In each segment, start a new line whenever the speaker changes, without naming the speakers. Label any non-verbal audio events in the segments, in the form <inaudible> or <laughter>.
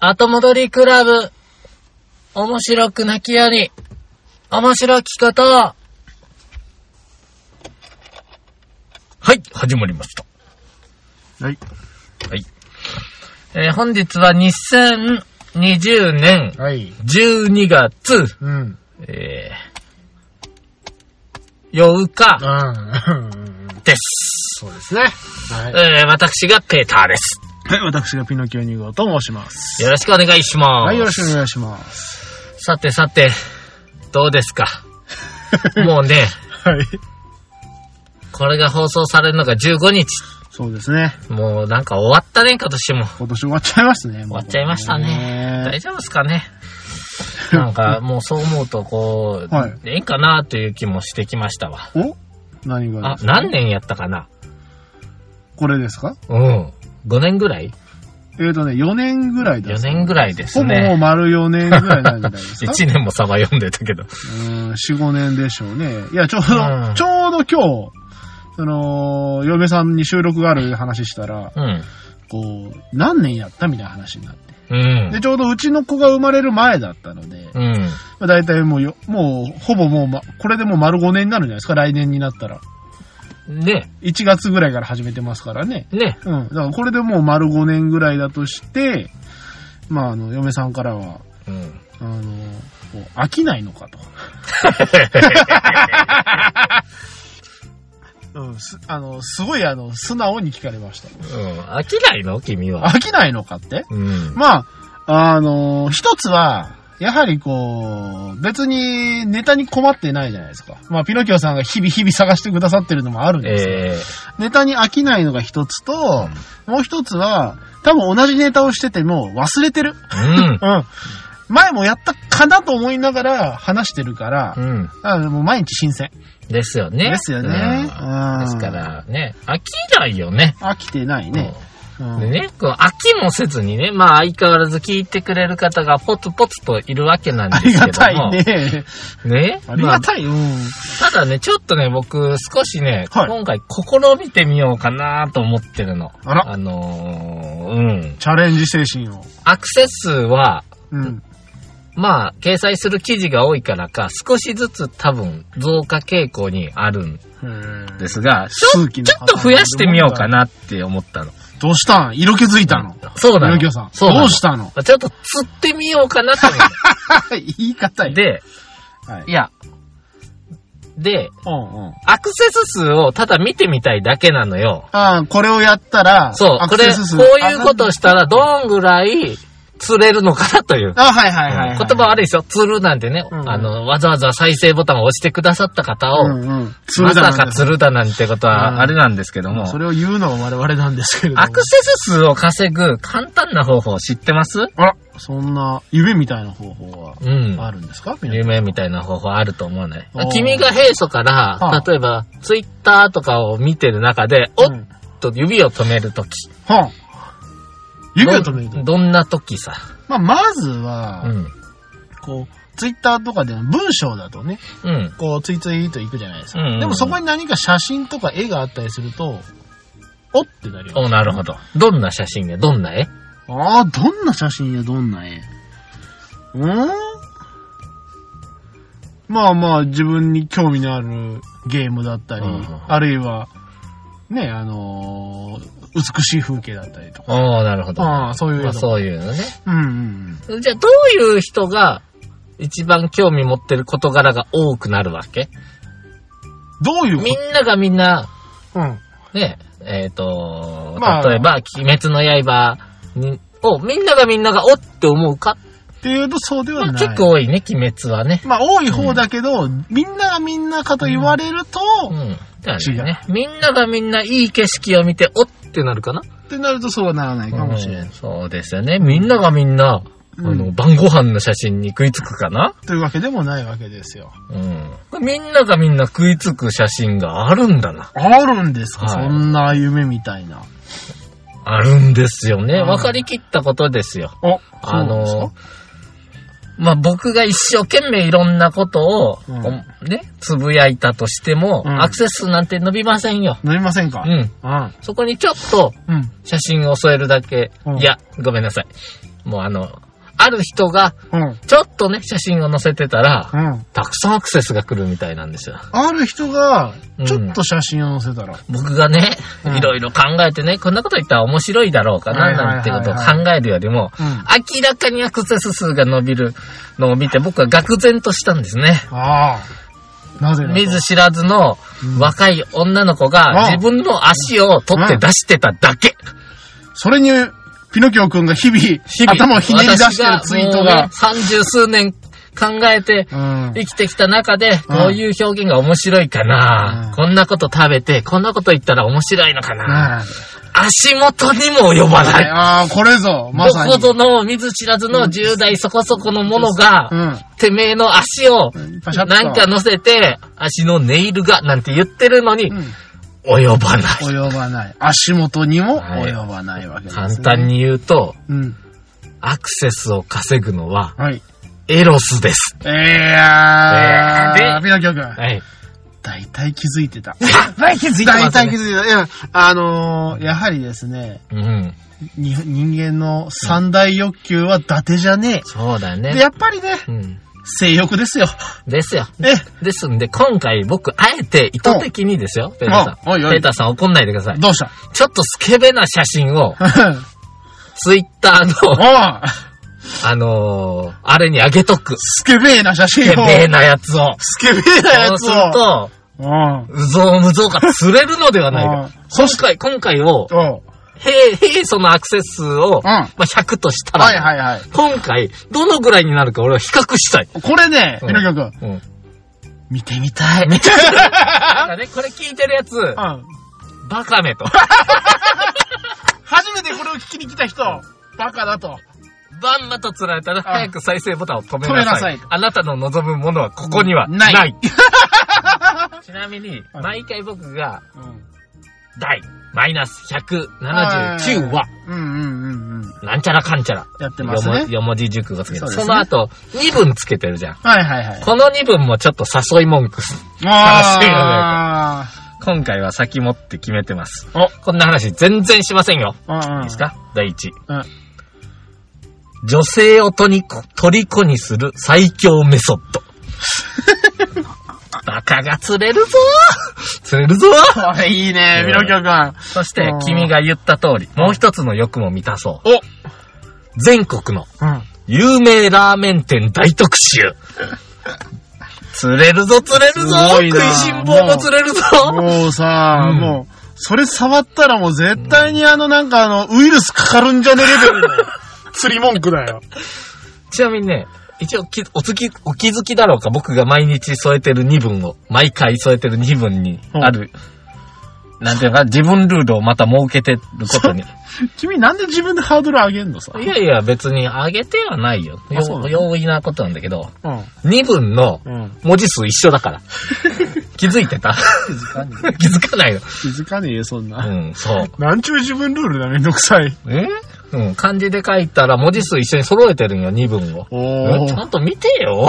後戻りクラブ。面白く泣きより、面白きことを。は
はい、始まりました。
はい。
はい。
えー本日は2020年
はい。
12月、
うん。うん。
えー、8日です。
そうですね。はい。
えー、私がペーターです。
はい、私がピノキオ2号と申します。
よろしくお願いします。
はい、よろしくお願いします。
さてさて、どうですか
<laughs>
もうね、
はい。
これが放送されるのが15日。
そうですね。
もうなんか終わったね、今年も。
今年終わっちゃいますね。終。
終わっちゃいましたね。大丈夫ですかねなんか、もうそう思うと、こう、
はい
ええんかなという気もしてきましたわ。
お何が
あ
で、すか
何年やったかな
これですか
うん。5年ぐらい
えーとね、4年ぐらいだ
?4 年ぐらいです
ほぼもう
ね。
丸4年ぐらいなんじゃないです
1
か
年もサバ読んでたけど。
うん、4、5年でしょうね。いや、ちょうど、
うん
ちょうど今日、その、嫁さんに収録がある話したら、
うん。
こう、何年やったみたいな話になって。
うん
で、。ちょうどうちの子が生まれる前だったので、
うん。
まあ、大体もうよ、もう、ほぼもう、ま、これでもう丸5年になるんじゃないですか、来年になったら。
ね、
1月ぐらいから始めてますからね。
ね、
うん。だからこれでもう丸5年ぐらいだとして、まあ、あの、嫁さんからは、
うん。
あの、こう飽きない
<laughs>
のかと。うん、す、あの、すごいあの、素直に聞かれました。
うん。飽きないの君は。
飽きないのかって
うん。
まあ、あの、一つは、やはりこう、別にネタに困ってないじゃないですか。まあ、ピノキオさんが日々日々探してくださってるのもあるんですよ。
え
ネタに飽きないのが一つと、もう一つは、多分同じネタをしてても忘れてる。
ー、
うん。前もやったかなと思いながら話してるから、
うん。うん。
あもう毎日新鮮。
ですよね。
ですよね。
うん
うん
ですか。らね、飽きないよね。
飽きてないね。
う
うん
ん。でね、こう飽きもせずにね、まあ相変わらず聞いてくれる方がポツポツといるわけなんで
あ
すけ
り
ども。
がたいね。
ね。
あり
ま
が
あ
たい。うん。
ただね、ちょっとね、僕少しね、
はい
今回試みてみようかなと思ってるの。
あら
あのー、うん。
チャレンジ精神を。
アクセス数は、
うん。
まあ、掲載する記事が多いからか、少しずつ多分増加傾向にあるん
で
ですが、ちょ
数奇な
ちょっと増やしてみようかなって思ったの。
どうしたん色気づいたの
そうな
ヨ
の。
ギョさん。
そうなの
どうし
<laughs>
たの
ちょっと釣ってみようかなって思っ
言い方
た。
<laughs> や。
で、
はい
いや、で、
うんうん。
アクセス数をただ見てみたいだけなのよ。
ああ、これをやったら、
そう、
ア
こ
ク
れ、
セ
こ
ス数
ういうことをしたらどんぐらい釣れるのかなという。
あ、はいはいはいはい。
言葉悪いですよ。釣るなんてね、
うん
あの、わざわざ再生ボタンを押してくださった方を、
うんうん。
まさ
だ
か釣るだなんてこと
うん
はあれなんですけども、
それを言うのは我々なんですけれども。
アクセス数を稼ぐ簡単な方法知ってます
あら、そんな夢みたいな方法は
うん。
あるんですか皆さん
夢みたいな方法あると思うね
おー。
君が平素から
はあ、
例えば、ツイッターとかを見てる中で、お
う
っ
ん
と指を止めるとき。
はあ。夢を止めると。
どんなときさ。
まあ、まず
う
は、
ん。
こう、ツイッターとかでの文章だとね、
うん。
こう、ツイツイと行くじゃないです
うんうんう
か。
ん
でもそこに何か写真とか絵があったりすると、おってなるよね。
お、なるほど。どんな写真や、どんな絵
ああ、どんな写真や、どんな絵。うーんまあまあ、自分に興味のあるゲームだったり、
うんうん
あるいは、ね、あのー美しい風景だったりとか。
おー、なるほど。ま
ああ、そういう
あ、
絵とか。
そういうのね。
うんうん
じゃあ、どういう人が、一番興味持ってる事柄が多くなるわけ
うん。どういうこ
みんながみんな、
とうん。
ね、えっ、と、
まあ
例えば、鬼滅の刃にをみんながみんながおって思うか、
っていうと、そうで
ま
は
あ、
ない。
結構。多いね、鬼滅はね。
まあ、多い方だけど、みんながみんなかと言われると、
うん。だよね。みんながみんないい景色を見て、おってなるかな
ってなるとそうはならないかもしれない。
うんそうですよね。みんながみんな、
うん
あの、晩ご飯の写真に食いつくかな
というわけでもないわけですよ。
うん。みんながみんな食いつく写真があるんだな。
あるんですか、
はい
そんな夢みたいな。
あるんですよね。
うん
わかりきったことですよ。
あ、
あの、まあ、僕が一生懸命いろんなことを、
うん
こうね、つぶやいたとしても、
うん
アクセス数なんて伸びませんよ。
飲みませんか
うん。
うん。
そこにちょっと
うん。
写真を添えるだけ、
うん
いや、ごめんなさい。もうあの、ある人が、
うん。
ちょっとね、写真を載せてたら、
うん。
たくさんアクセスが来るみたいなんですよ。
ある人が
う、ん
ちょっと写真を載せたら、
僕がね、
うん
いろいろ考えてね、こんなこと言ったら面白いだろうか
はい
な、
はいはいはい
なんてことを考えるよりも、
うん
明らかにアクセス数が伸びるのを見て、僕は愕然としたんですね。
ああ、なぜだと
見ず知らずの
うん
若い女の子
あ
が自分の足を取って出してただけ。
それに、ピノキオくんが日々、
日々
頭をひねり出してるツイートが。
私もうね三十数年考えて
うん。
生きてきた中で、こういう表現が面白いかな、
うん
こんなこと食べて、こんなこと言ったら面白いのかな、
ね
足元にも及ばない。
ああ、これぞ、まさに。
どこぞの見ず知らずの10代そこそこのものが、
うん。
てめえの足を
うんパシャッと
なんか乗せて、足のネイルがなんて言ってるのに
う、ん
及ばない。
及ばない。足元にも
はい
及ばないわけです、ね
簡単。に言うと、
うん。
アクセスを稼ぐのは
はい。
エロスです。
えー、や
えー
ー、
で
ピノキオくん。
はい。
大体気づいてた。
<laughs> 大気づいて
大
ます
体気
ね。
づいてた。いや、あのー、やはりですね、
うん。
に人間の三大欲求は伊達じゃね
そうだ
え。
ね
で、。やっぱりね、
うん。
性欲ですよ。
ですよ。
え、
ですんで、今回僕、あえて意図的にですよ、ペーターさ
お
ん。
い
ペ
おい
ーターさん怒んないでください。
どうした <laughs>
ちょっとスケベな写真を、ツイッターの、
<laughs> おう
あのー、あれにあげとく。
スケベーな写
スケ
真を。
ベーなやつを。
<laughs> スケベーな
そ
や
う
つ
する
を。
と、
うん。
うぞうむぞうが釣れるのではない
うん
か。今回、今回を、
おう
平、平素のアクセス数を、
ん
まあ、100としたら、
はいはいはい。
今回、どのぐらいになるか俺は比較したい。
これね、
うん
ピノキオ君、
うん。
見てみたい。
見て
<laughs>
だからね、これ聞いてるやつ、
うん。
バカめと。
初めてこれを聞きに来た人、バカだと。
バンバと釣られたら、早く再生ボタンを止めなさい。
止めなさい
あなたの望むものはここには
な
ないい。ちなみに、
はい
毎回僕が、
うん。
第、マイナス179話、
うんうんうんうん。
なんちゃらかんちゃら。
やってますね
よも四文字熟語つけて
そう
そ,、
ですね
の後、2分つけてるじゃん。
はいはいはい。
この2分もちょっと誘い文句。
あ
今回は先もって決めてます。
お
こんな話全然しませんよ。
ー。うんうん。
いいですか第1。
うん
女性をとにこ、虜にする最強メソッ
<laughs>
ド。バカが釣れるぞ釣れるぞ
これいいね、ミノキオ君。
そして
うん、
君が言った通り、もう一つの欲も満たそう。
お
全国の
うん。
有名ラーメン店大特
<laughs>
集。釣れるぞ釣れるぞ
すご
食
い
い
な
しん坊も釣れるぞ
もうさ、
うん
もう、それ触ったらもう絶対にあのなんかあの、ウイルスかかるんじゃねレベルの釣り文句だよ。
ちなみにね、一応きおつき、お気づきだろうか、僕が毎日添えてる2分を、毎回添えてる2分に
うん
ある、なんていうのか、自分ルールをまた設けてること
<laughs>
に。
君なんで自分でハードル上げんのさ。
いやいや、別に上げてはないよ。
あそうなの
よ容易なことなんだけど、
うん。
2分の
うん。
文字数一緒だから。
<laughs>
気づいてた
気づかねえ。
<laughs> 気づかないの。
気づかねえよ、そんな。
うん、そう。
なんちゅう自分ルールだ、めんどくさい。
えうん、漢字で書いたら文字数一緒に揃えてるんよ、2分を。え
お
ちゃんと見て
<laughs>
よ。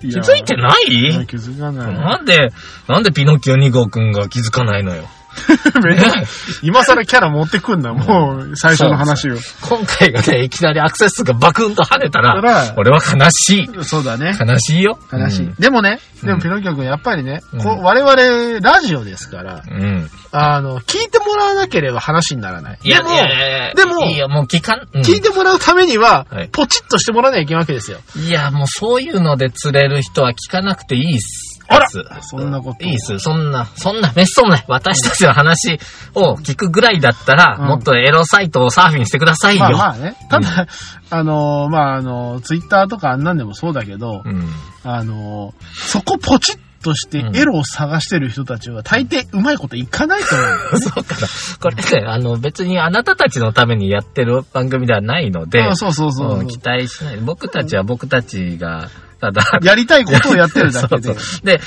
気
気づいてない
ない気づかない。
なんで、なんでピノキオ2号くんが気づかないのよ。
<laughs> めんどくさい今更キャラ持ってくんな、もう、最初の話を。
今回がね、いきなりアクセス数がバクンと跳ねた
そら
ら、俺は悲しい。
そうだね。
悲しいよ。
悲しい。
うん。
でもね、で
う
も
ん
ピノキオ君やっぱりね、
うん
こう我々ラジオですから、
うん。
あの、聞いてもらわなければ話にならない。
いや、
でも、
いやいやいや
でも
いいよ、もう聞かん。うん
聞いてもらうためには
はい、
ポチッとしてもらわなきゃいけないわけですよ。
いや、もうそういうので釣れる人は聞かなくていいっす。
あら
っす
そんなこと
いいっす。そんな、そんな、めっそうもない。私たちの話を聞くぐらいだったら、
うん
もっとエロサイトをサーフィンしてくださいよ。
まあまあね。ただ、あのー、まああのー、ツイッターとかあんなんでもそうだけど、
うん。 <laughs>
あのー、そこポチッとして
うん
エロを探してる人たちは大抵うまいこといかない
<laughs>
と思う。
そうかな。これね、あの、別にあなたたちのためにやってる番組ではないので、
うんそうそうそう
うん期待しない。僕たちは僕たちが、ただ、
やりたいことをやってるだけで。
<laughs> そうそうで、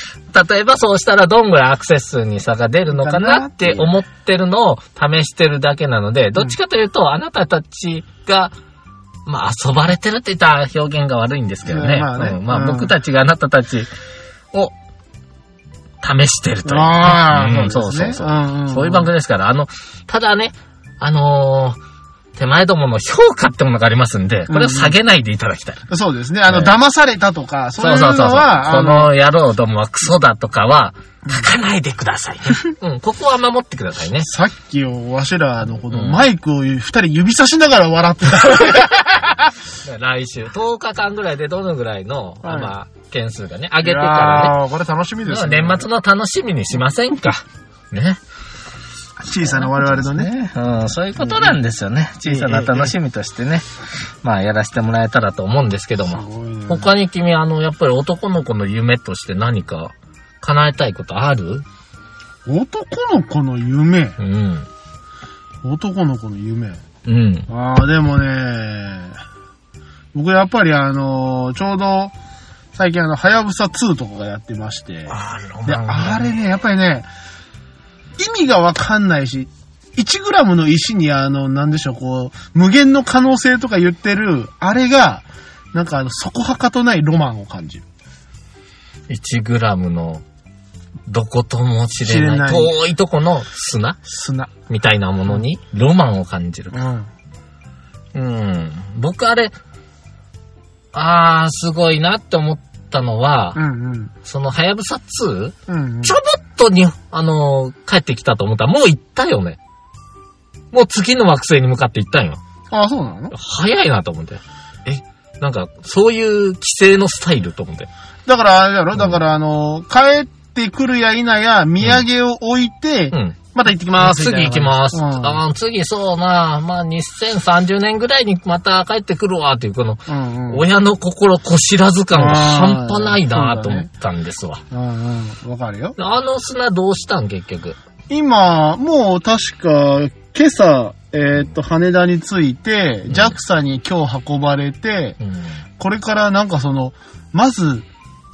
例えばそうしたらどんぐらいアクセス数に差が出るのかなって思ってるのを試してるだけなので、どっちかというと、あなたたちが、まあ、遊ばれてるって言ったら表現が悪いんですけどね。
うんまあね
うんま
うん
あ、僕たちがあなたたちを試してるという。
ああ、
うん
そうですね。
そうそうそ
んんん
そういう番組ですから、あの、ただね、あのー手前どもの評価ってものがありますんで、これを下げないでいただきたい。
そうですね。あの、
ね
騙されたとか、そう
そ
いううの
そう
は、
そうそう。こ
あの、
の野郎どもはクソだとかは、書かないでくださいね。 <laughs> うん、ここは守ってくださいね。
さっきを、わしらのこの
うん
マイクを二人指差しながら笑ってた。
<laughs> 来週、10日間ぐらいでどのぐらいの、
はい
まあ、件数がね、上げてからね。
いやーこれ楽しみですね。
年末の楽しみにしませんか。 <laughs> ね。
小さな我々のね。
うん、そういうことなんですよね。小さな楽しみとしてね、まあ、やらせてもらえたらと思うんですけども。他に君、あの、やっぱり男の子の夢として何か叶えたいことある
男の子の夢。
うん。
男の子の夢。
うん。
ああ、でもね、僕やっぱりあの、ちょうど、最近あの、はやぶさ2とかがやってまして。
あロ
で、あれね、やっぱりね、意味がわかんないし、1グラムの石にあの、なんでしょう、こう、無限の可能性とか言ってる、あれが、なんかあの、底はかとないロマンを感じる。
1グラムの、どことも知れない、
知れな
遠いとこの砂
砂。
みたいなものに、ロマンを感じる
う。ん。
うん。僕あれ、あー、すごいなって思ったのは
う、んうん。
その、はやぶさ 2?
うん、うん。
ちょぼっとに、あのー帰ってきたと思ったら、もう行ったよね。もう次の惑星に向かって行ったんよ。
あ、そうなの
早いなと思って。え、なんか、そういう規制のスタイルと思って。
だから、あれだろだから、あの、帰ってくるや否や、土産を置いて、
うん。
また行ってきます。
次行きます。
みたいな感
あー次そうな、まあ2030年ぐらいにまた帰ってくるわ、っていう、この、
じうん。うんうん。
親の心こしらず感が半端ないな
あー
と思ったんですわ。
うんうん。わかるよ。
あの砂どうしたん結局。
今、もう確か、今朝、えーっと、羽田に着いて、
ん
JAXA に今日運ばれて、
うん。
これからなんかその、まず、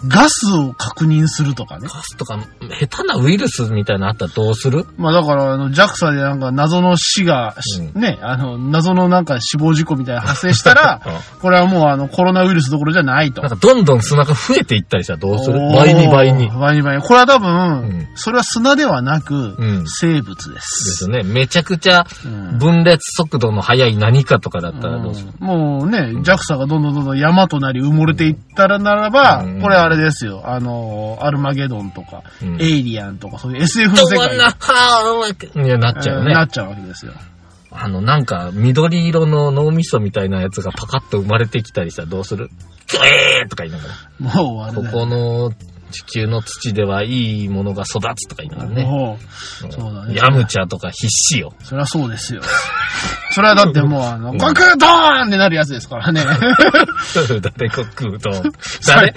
ガスを確認するとかね。
ガスとか、下手なウイルスみたいなのあったらどうする
まあだから、あの、JAXA でなんか謎の死が、し
う、
ね、あの、謎のなんか死亡事故みたいなの発生したら
<laughs> うん
これはもうあの、コロナウイルスどころじゃないと
なん。かどんどん砂が増えていったりしたらどうする
おー
倍に倍に。で
倍に倍に。これは多分、
ん
それは砂ではなく、
うん
生物です。
すよね。めちゃくちゃ
うん
分裂速度の速い何かとかだったらどうする、
もうね、JAXA がどんどんどんどん山となり埋もれていったらならば、
うん
これあれですよ。あの、アルマゲドンとか、
うん
エイリアンとか、そういう SF の
ど
世
う
界
な、はぁ、になっちゃうよね。
なっちゃうわけですよ。
あの、なんか、緑色の脳みそみたいなやつがパカッと生まれてきたりしたらどうするキュエーとか言いながら。
もうあれ
こ
だよ。
この地球の土ではいいものが育つとか言いながらね。
もう、そうだね。
ヤムチャとか必死よ。 <laughs>
そりゃそうですよ。それはだってもう、あの、ガクドーンってなるやつですからね。
誰か食う
<laughs>
と。誰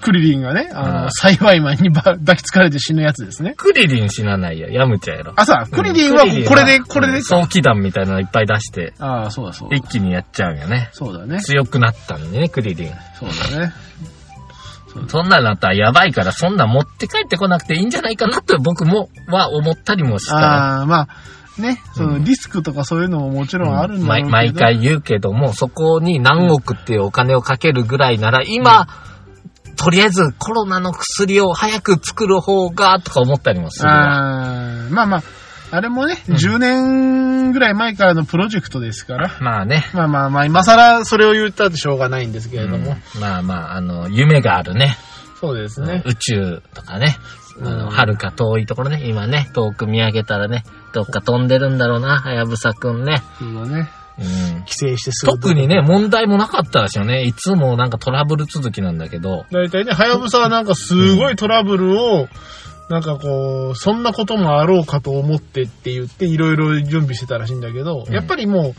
クリリンがね、あ
あー
の、幸いマンにば抱きつかれて死ぬやつですね。
クリリン死なないよ。ヤムチャやろ。
あ、さ、クリリンはこれで、これで。
早期弾みたいなのいっぱい出して、
ああ、そうだそうだ
一。気にやっちゃうよね。
そうだね。
強くなったんでね、クリリン。
そうだね。
そんなのあったらやばいから、そんな持って帰ってこなくていいんじゃないかなと僕も、は思ったりもした。
ああ、まあ、ね、そのリスクとかそういうのももちろんあるんだろうけ
毎
ど、
毎。回言うけども、そこに何億っていうお金をかけるぐらいなら、今、とりあえずコロナの薬を早く作る方が、とか思ったりもするわ。
ああ、まあまあ、あれもね、10年ぐらい前からのプロジェクトですから。
まあね。
まあまあまあ、今更それを言ったってしょうがないんですけれども。
うんまあまあ、あの、夢があるね。
そうですね。
宇宙とかね、あの、遥か遠いところね、今ね、遠く見上げたらね、どっか飛んでるんだろうな、はやぶさくんね。
そうだね。
うん。
帰省してすぐ。
特にね、問題もなかったですよね。いつもなんかトラブル続きなんだけど、
大体ね、はやぶさはなんかすごいトラブルを、なんかこう、そんなこともあろうかと思ってって言って、いろいろ準備してたらしいんだけど、
うん
やっぱりもう、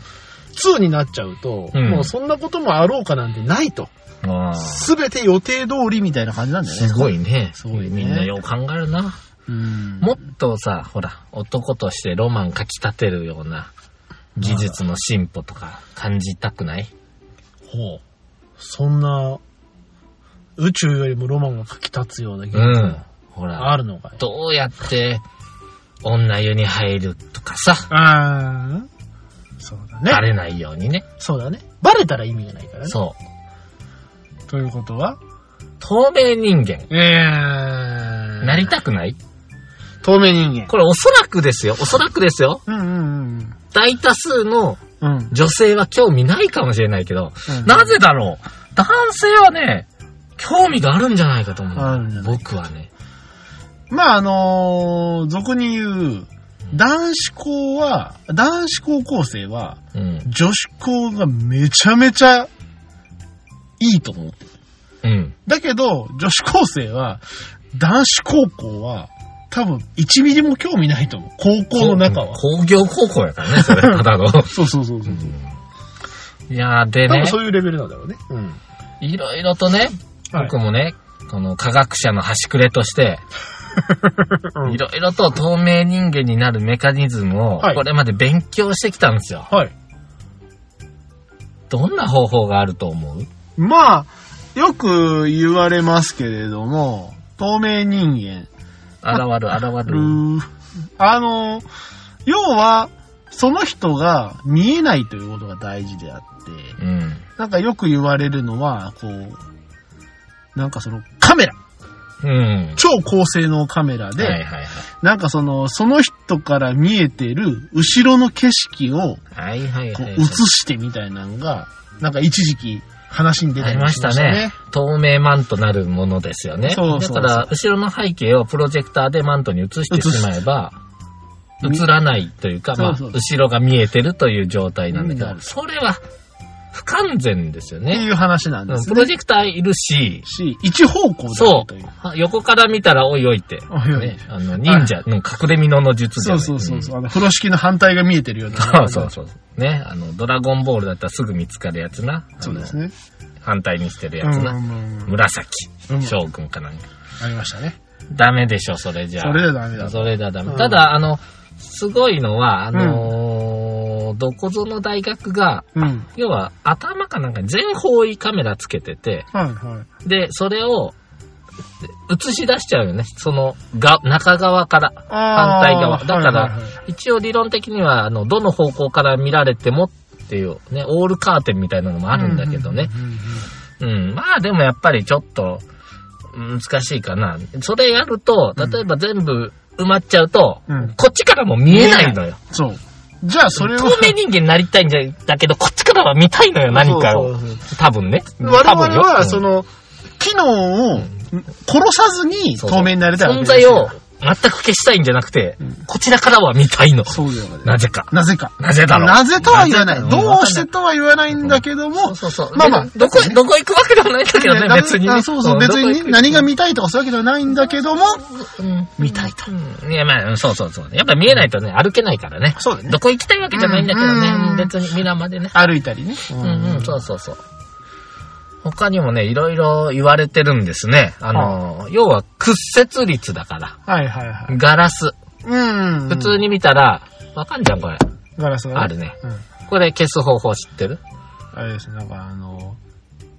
2になっちゃうと、
うん
もうそんなこともあろうかなんてないと。
あー
すべて予定通りみたいな感じなんだよね。
すごいね。
すごいね
みんなよう考えるな。
うん。
もっとさ、ほら、男としてロマンかき立てるような技術の進歩とか感じたくない
ほう。そんな、宇宙よりもロマンがかき立つような技
う
術
ん
が。
ほら、
あるのかい。
どうやって女湯に入るとかさ、
ああ。そうだ
バ
ね。
レないようにね。
そうだね。バレたら意味がないからね。
そう。
ということは
透明人間。
えー。
なりたくない
透明人間。
これおそらくですよ。おそらくですよ。
うんうんうん。
大多数の
うん。
女性は興味ないかもしれないけど、
うん
なぜだろう男性はね、興味があるんじゃないかと思
あるんじゃ
う。
ない
僕はね。
まあ、あのー俗に言う、男子校は、男子高校生は、
うん。
女子校がめちゃめちゃいいと思ってる。
うん。
だけど、女子高生は、男子高校は、多分、1ミリも興味ないと思う。高校の中は。
工業高校やからね、そ
<laughs>
れ、ただの。
そうそうそうそう。
いやー、で
多
ね
分、そういうレベルなんだろうね。うん。
いろいろとね、
はい
僕もね、この科学者の端くれとして、
<laughs> うん
いろいろと透明人間になるメカニズムを、
はい
これまで勉強してきたんですよ。
はい。
どんな方法があると思う
まあ、よく言われますけれども、透明人間。
現る、現
ル
る。
ーあの、要は、その人が見えないということが大事であっ
う
て、
ん。
なんかよく言われるのは、こう、なんかそのカメラ、
うん。
超高性能カメラで、
はいはい
なんかその、その人から見えてる後ろの景色を
はい。はいはい
こう
はい。
映してみたいなのが、なんか一時期話に出
あ
た
り
り
ま
も
し
しま
た
した
ね
ね。。
透明マントなるものですよね。
そうそうそう
だから、後ろの背景をプロジェクターでマントに映して
映す
しまえば、
み
映らないというか、まあ、
そうそう
後ろが見えてるという状態なんだけ
う
ど、
ん
それは不完全ですよ
って
ね。
いう話なんで
うん
す
プ
ね
ロ。ジェクターいるし、
し、一方向だ
そ
と
う
いう。。
は横から見たらおいおいって。
おいおい
ね、あの、忍者の隠れ身のの術じゃ
そ
な
う
い
そうそうそう。あの風呂敷の反対が見えてるような。
そうそうそう。ね、あの、ドラゴンボールだったらすぐ見つかるやつな。
そうです
ね。
ね。
反対にしてる
う
や
んう
つ
ん
な。
うんうん。
紫
うん。
将軍かなんか。
ありましたね。
ダメでしょ、それじゃあ。
それじゃダメだ。
それじゃダメ。
うん
ただ、あの、すごいのは、あのーどこぞの大学が、
うん。はい
要は頭かなんかに全方位カメラつけてて、
はい。
で、それを映し出しちゃうよね。その、が、中側から。
あー
反対側だから
はいはいはい
一応理論的には、あの、どの方向から見られてもっていう、ね、オールカーテンみたいなのもあるんだけどね。
うんうんうんうん。
うん、まあでもやっぱりちょっとうん難しいかな。それやると、例えば全部埋まっちゃうと、
うん
こっちからも見えないのよ。
そう。じゃあそれ
透
は、 <laughs>
明人間になりたいんじゃ、だけど、こっちからは見たいのよ、何かを。
そうそう
多分ね。
そう我
多分
々
よう
は、
ん
その、機能を殺さずに
そうそう
透明になりたいわけ
存
です
在
よ
を。全く消したいんじゃなくて、こちらからは見たいの。
そうでは
なぜか。
なぜか。
なぜだろう。
なぜとは言わない。
ぜだろ
どうしてとは言わないんだけ
そ
ども
う、そうそう。
まあまあ
でどこ、どこ行くわけでもないんだけどね、別にね。
あそうそう、
ん
別
どこ行
に
く
ね何が見たいとかそういうわけではないんだけども、
うん
見たいと。
うんいや、まあ、そうそうそう。やっぱ見えないとね、歩けないからね。
そうだね
どこ行きたいわけじゃないんだけどね。
うん
うん別に皆までね。
歩いたりね。う
うんうん、そうそうそう。他にもね、いろいろ言われてるんですね。あの、要は屈折率だから。
はいはいはい。
ガラス。
うん。
普通。に見たら、わかんじゃん、これ。
ガラスが、
あるね。
うん。
これ消す方法知ってる
あれですね、なんかあの、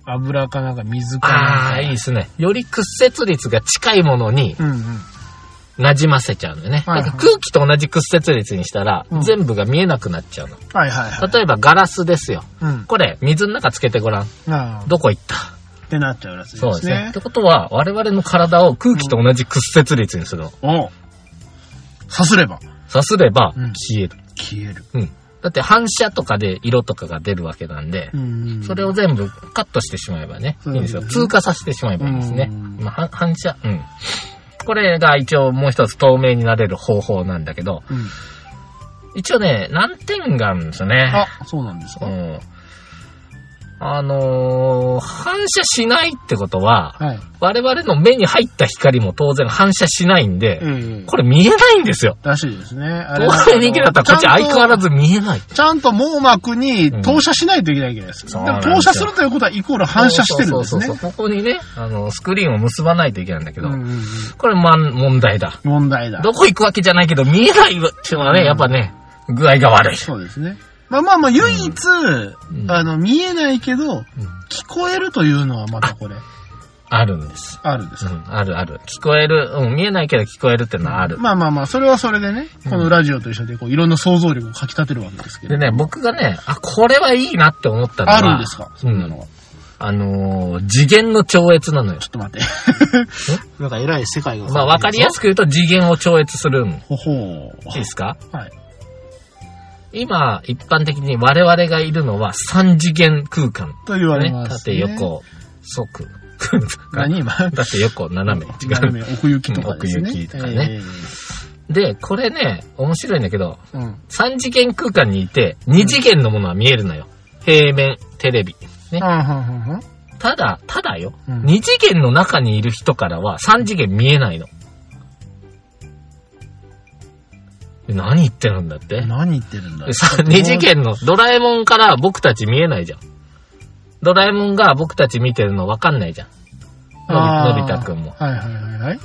油かなんか水かなん
あ
か。
あ、いいですね。より屈折率が近いものに
うんうん。
馴染ませちゃうんだよね。
はいはい
だから空気と同じ屈折率にしたら、
うん
全部が見えなくなっちゃうの。
はいはいはい。
例えばガラスですよ。
うん。
これ、水の中つけてごらん。
なあ。
どこ行った
ってなっちゃうらしいです
そ
ね。
うですね。ってことは、我々の体を空気と同じ屈折率にするの。
おうさすれば。
さすれば
うん、
消える。
消える。
うん。だって反射とかで色とかが出るわけなんで、
うん。
それを全部カットしてしまえばね、い
そう
いんで
で
す
すね
よ。通過させてしまえばいいんですね。
うん
まあ、は反射、うん。これが一応もう一つ透明になれる方法なんだけど、
うん。
一応ね、難点があるんですよね。
あ、そうなんです
う
か。
ん。あのー反射しないってことは、
はい。
我々の目に入った光も当然反射しないんで、
ええ。
これ見えないんですよ。
らしいですね。あ
透明人間だったらこっち相変わら
ず
ず見えない。
ちゃんと網膜に投射しないといけないわけです。
そう
で
なん
も
ですよ
投射するということはイコール反射してるんですね
そうそうそう。そうここにね、あの、スクリーンを結ばないといけないんだけど、
うんうんうん
これ、まん、問題だ。
問題だ。
どこ行くわけじゃないけど、見えないっていうのはね、
うん
やっぱね、具合が悪い。
そうですね。まあまあまあ、唯一、
ん
あの、見えないけど、聞こえるというのはまたこれ、
あるんです。
あるんです
う
か、
ん、あるある。聞こえる、うん、見えないけど聞こえるってのはある。
まあまあまあ、それはそれでね、このラジオと一緒で、こう、いろんな想像力をかき立てるわけですけど。
でね、僕がね、あ、これはいいなって思ったのは、
あるんですかそんなのは。
あのー次元の超越なのよ
ちょ。っと待って。 <laughs> なんか偉い世界が。
まあ、わかりやすく
く。
言うと次元を超越するん
ほほう。
ですか
はい。
今、一般的に我々がいるのは3次元空間。
と言わ
ね
れま、す、
縦
ね。
横、即、空間。
何今
縦横、斜め。 <laughs> 違
<laughs> 斜
う。
め奥行きとかですね。
うん奥行きとかねで、これね、面白いんだけど、
ええ。うん。
3次元空間にいて、2次元のものは見えるのよ。平面、テレビ。ね。
あはんはんはん
ただ、ただよ。
うん
2次元の中にいる人からは3次元見えないの。何言ってるんだって
何言ってるんだ
<laughs> でさ、二次元のドラえもんから僕たち見えないじゃん。ドラえもんが僕たち見てるの分かんないじゃん。のびのび太くんも。
あーはいはいはいはい。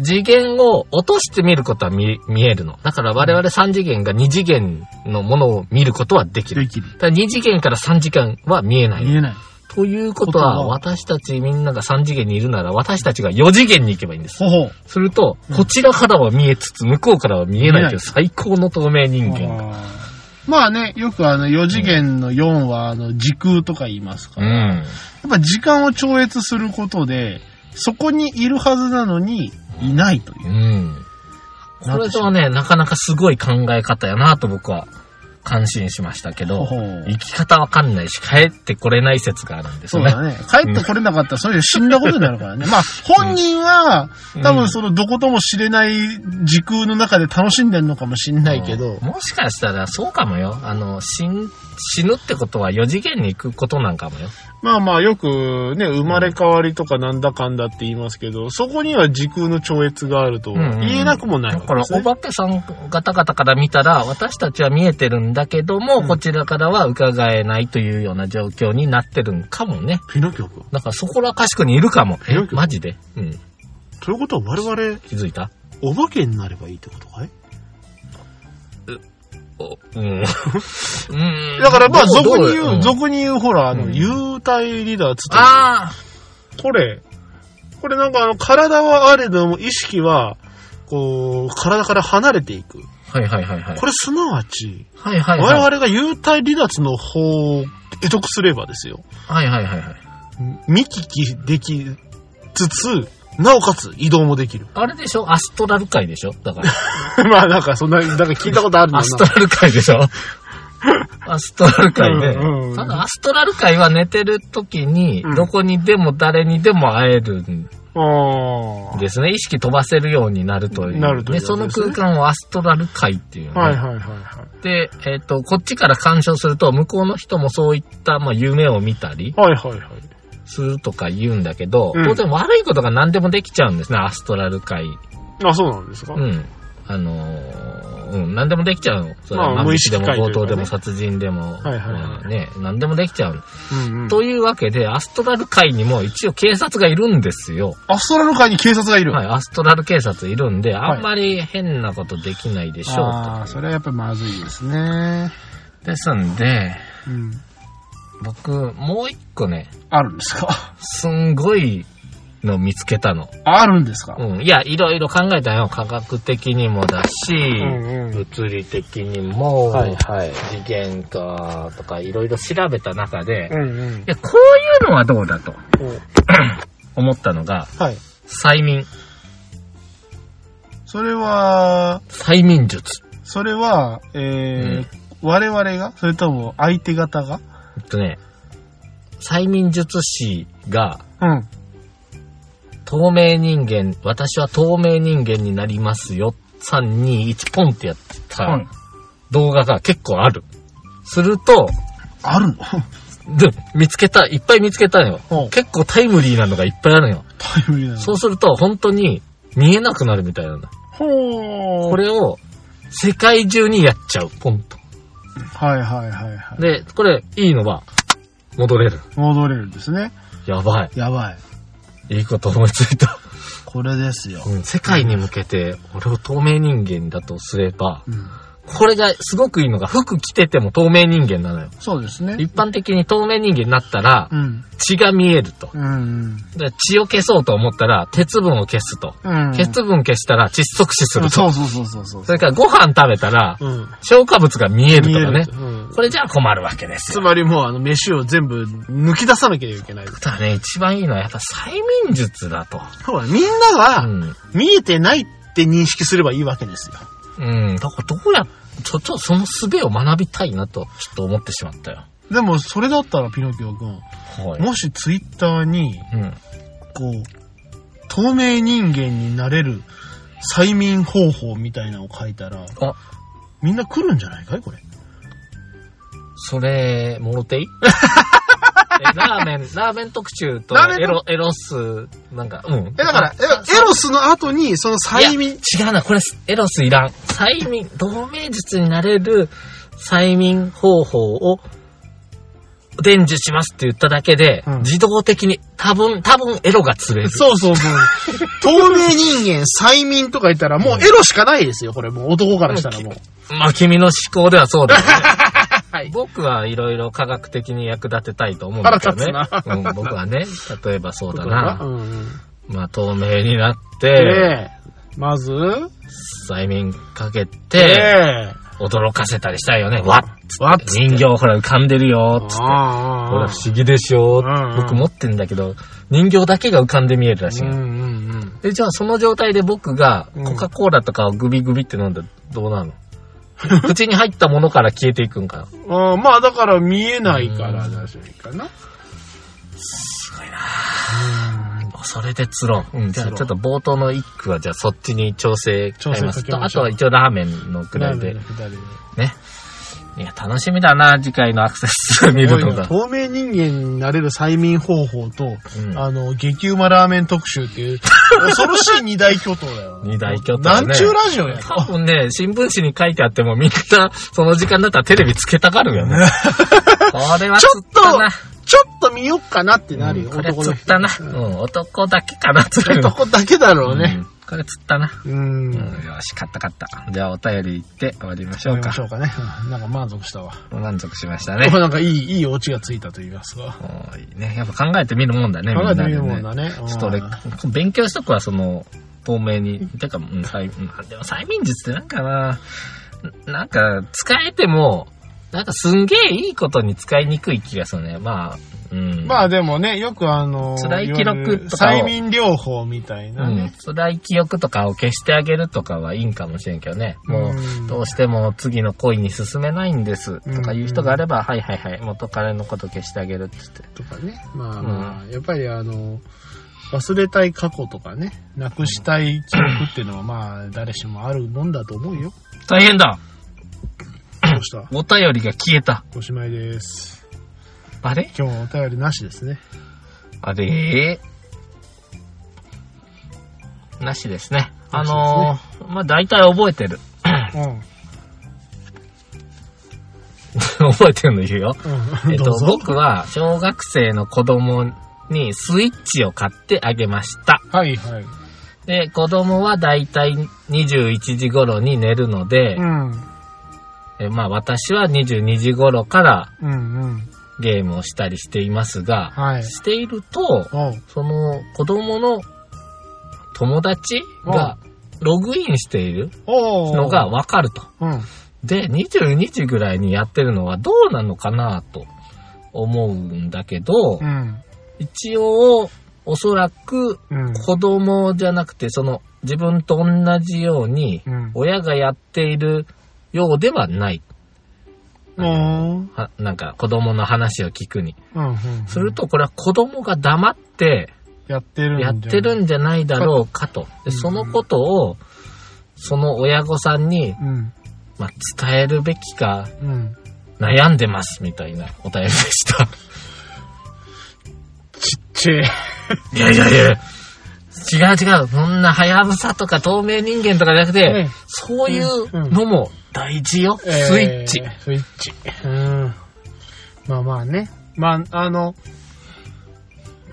次元を落として見ることは見見えるの。だから我々3次元が2次元のものを見ることはできる。
きる。
だから2次元から3次元は見えない
見
の。
えない。
ということ
こと
は、
は
私たちみんなが3次元にいるなら、私たちが4次元に行けばいいんです。
ほほ。
すると、こちらからは見えつつ、向こうからは見えないという最高の透明人間が。
あーまあね、よくあの、4次元の4は、あの、時空とか言いますか
う
ら、や
ん。
っぱ時間を超越することで、そこにいるはずなのに、いないというう。
ん。これとはね、なかなかすごい考え方やなと僕は感心しましたけど、
ほう
生き方わかんないし帰ってこれない説があるんです
そ
よ
う
ね。
だね。帰ってこれなかったら、そういう死んだことになるからね。まあ、本人は、多分その、どことも知れない時空の中で楽しんでるのかもしんないけど
うん、もしかしたらそうかもよ。あの、死ん、死ぬってことは4次元に行くことなんかもよ。
まあまあ、よくね、生まれ変わりとかなんだかんだって言いますけど、そこには時空の超越があると、
うんうん
言えなくもない
だ
わ
か
け
ら
で、
お
すね。
化けさん方々から見たら、私たちは見えてるんだけども、こちらからは伺えないというような状況になってるんかもね。
ピノキオ君。
だからそこらかしこにいるかも。
え
えマジでうん。
ということは我々、
気づいた
お化けになればいいってことかい
おうん。うん
だからまあ、
ど
俗に
ど
言う、
ん
俗に言う、ほら、あ
う
の、
ん
幽体離脱とか、
あ
これ、これなんかあの、体はあれども意識は、こう、体から離れていく。
あはいはいはいはい。
これすなわち、
はいはい
我
はい。
々が幽体離脱の方を得得すればですよ。
はいはいはいはい。
見聞きできつつ、なおかつ移動もできる。
あれでしょアストラル界でしょだから。
<laughs> まあなんかそんな、なんか聞いたことあるんだ
アストラル界でし
<laughs>
ょアストラル界で
うんうんう。ん
ただアストラル界は寝てる時に
うん、
どこにでも誰にでも会えるん
あー
ですね。意識飛ばせるようになるという。
なるという
ねその空間をアストラル界っていうね。
はいはいはいはい。
で、えっ、と、こっちから干渉すると、向こうの人もそういった、まあ、夢を見たり、
はいはいはい。
するとか言うんだけど、
うん
当然悪いことが何でもできちゃうんですね、アストラル界。
あ、そうなんですか、
うん。あのーうん、何でもできちゃうの。それは
まあ
万引きでも
無意識界とい
強
うかね
盗でも殺人でも、
はいはいはい
うんね、何でもできちゃうの。
うんうん
というわけで、アストラル界にも一応警察がいるんですよ。
アストラル界に警察がいる。
はい、アストラル警察いるんで、
はい
あんまり変なことできないでしょうと。
ああ、それはやっぱりまずいですね。
ですんで、
うん。
僕、もう一個ね、
あるんですか
すんごいの見つけたの。
あるんですか、
うん。いや、いろいろ考えたよ。科学的にもだし、
んうん
物理的にも、
はいはい
次元か、とかいろいろ調べた中で、い
んうん。
や、こういうのはどうだと思ったのが、
はい。
催眠。
それは、
催眠術。
それは、えー
うん
我々がそれとも相手方が
えっとね、催眠術師が、
うん。
透明人間、私は透明人間になりますよ。3、2、1、ポンってやった動画が結構ある。すると、
あるの <laughs>
で、見つけた、いっぱい見つけたのよ
ほう。
結構タイムリーなのがいっぱいあるのよ。
タイムリーなの。
そうすると、本当に見えなくなるみたいなんだ。
ほ
これを、世界中にやっちゃう。ポンと。
はいはいはいはい。
で、これ、いいのは、戻れる。
戻れるんですね。
やばい。
やばい。
いいこと思いついた。
これですよ。
うん世界に向けて、俺を透明人間だとすれば、
うん。
これがすごくいいのが、服着てても透明人間なのよ。
そうですね。
一般的に透明人間になったら
う、ん。
血が見えると。
うん。
で血を消そうと思ったら、鉄分を消すと。
うん。
鉄分消したら窒息死する
そ
と。
うそうそうそうそう
そ。れからご飯食べたら、
うん。
消化物が見えるとかね。
うん
これじゃあ困るわけです
つ
よ。
まりもうあの飯を全部抜き出さなきゃいけない。
ただね、一番いいのはやっぱ催眠術だと。
そうだみんな
う
が
ん。
見えてないって認識すればいいわけですよ。
うん。だからどうやっちょっとその術を学びたいなと、ちょっと思ってしまったよ。
でも、それだったらピノキオくん、
はい。
もしツイッターに、
うん。
こう、透明人間になれる催眠方法みたいなのを書いたら、
あ、
みんな来るんじゃないかいこれ。
それ、もろ
<laughs>
ていえラーメン、ラーメン特注と
ラーメン
エロ、エロス、なんか、うん。え、
え、だから、えエロスの後に、その催
い
眠、
や違うな、これ、エロスいらん。催眠、同盟術になれる催眠方法を伝授しますって言っただけで、
うん
自動的に多分、多分エロが釣れる。
そうそうそう。 <laughs> 透明人間、催眠とか言ったら、もうエロしかないですよ、これ。もう男からしたらもう。
まあ、君の思考ではそうだよ
<laughs>
ね。僕はいろいろ科学的に役立てたいと思うんだけどね。
腹立つな
うん、僕はね、例えばそうだ
う
な。
んうん
まあ、透明になって、
ええまず、
催眠かけ
え
て、驚かせたりしたいよね。わっ
わっつって
人形ほら浮かんでるよっつって。こ
あ
れ
あああ
不思議でしょ
うんうん
僕持ってんだけど、人形だけが浮かんで見えるらしい。
うんうんうん。
で、じゃあその状態で僕が
うん
コカ・コーラとかをグビグビって飲んだらどうなるの <laughs> 口に入ったものから消えていくんかな
ああまあだから見えないからだし、かな。
それで釣ろう。うん、じゃあ
釣ろう
ちょっと冒頭の一句はじゃあそっちに調整変えます
調整かけ
と、あ
ましょ
と
う
は一応ラーメンのくらいで。
二人で
ね。いや、楽しみだな、次回のアクセス見るのが。
透明人間になれる催眠方法と、
ん
あの、激うまラーメン特集って <laughs> いう、恐ろしい二大巨頭だよ。
二大巨頭ね
なんちゅうラジオや
多分ね、新聞紙に書いてあってもみんな、その時間だったらテレビつけたがるよ
<laughs>
ね。これは
ち
釣
ょ
っ
った
な。
と、ちょっと見よっかなってなるよ、
これ
男
釣
の
っ
人
た。な。うん、男だけかな、釣るの。
男だけだろう
う
ね。
んこれ釣ったな。
うん。
うん、よし、買った買った。じゃあお便り行って終わりましょ
ど
う
う
か
まし。ょうかね。うんなんか満足したわ。
満足しました
で
ね
も。 <laughs> なんかいい、いいオチがついたと言いますか。
もういいね、やっぱ考えてみるもんだね、みん
考
な
え
でね。
てみるもんだね。
ちょっと俺
うん、
勉強しとくわ、その、透明に。てか、うん、催うんでも催眠術ってなんかな、なんか、使えても、なんかすんげえいいことに使いにくい気がするね。まあ、うん。
まあでもね、よくあの、
辛い記録とかを
催眠療法みたいうなね。
ん、辛い記憶とかを消してあげるとかはいいんかもしれんけどね。も
うん
う、どうしても次の恋に進めないんです。とかいう人があれば、はいはいはい、元彼のこと消してあげるって言って。
とかね。まあまあ、やっぱりあの、忘れたい過去とかね、なくしたい記憶っていうのはまあ、誰しもあるもんだと思うよ。
大変だ
どうした
お便りが消えた。
おしまいです。
あれ
今日もお便りなしですね。
あれなしですね。あのーまあ、大体覚えてる。 <laughs>
う
覚えてるの言うよ。
ん。う
え
ん。
っ
ど
と
う、ぞ。
僕は小学生の子供にスイッチを買ってあげました。
はいはい。
で、子供は大体21時頃に寝るので、
うん。
えまあ私は22時頃から
うんうん。
ゲームをしたりしていますが、
はい。
していると、
おう
その子供の友達がログインしている
おう
のが、わかると。
うん。
で、22時ぐらいにやってるのはどうなのかなと思うんだけど
う、ん。
一応、おそらく
うん。
子供じゃなくて、その自分と同じように
う、ん。
親がやっているようではない。
おう
はなんか子供の話を聞くに。
うん。うん。
すると、これは子供が黙って
やってるんじ
や
ゃ
っ
ん
てるんじゃないだろうかと。でそのことを、その親御さんに、
うん。
まあ、伝えるべきか
うん。
悩んでますみたいなお便りでした。
ちっち <laughs> ゃい。
いやいやいや。違う違う。そんな、はやぶさとか透明人間とかじゃなくて、
ええ
そういうのも大事よ。
えー
スイッチ。
スイッチ。うん。まあまあね。まあ、あの、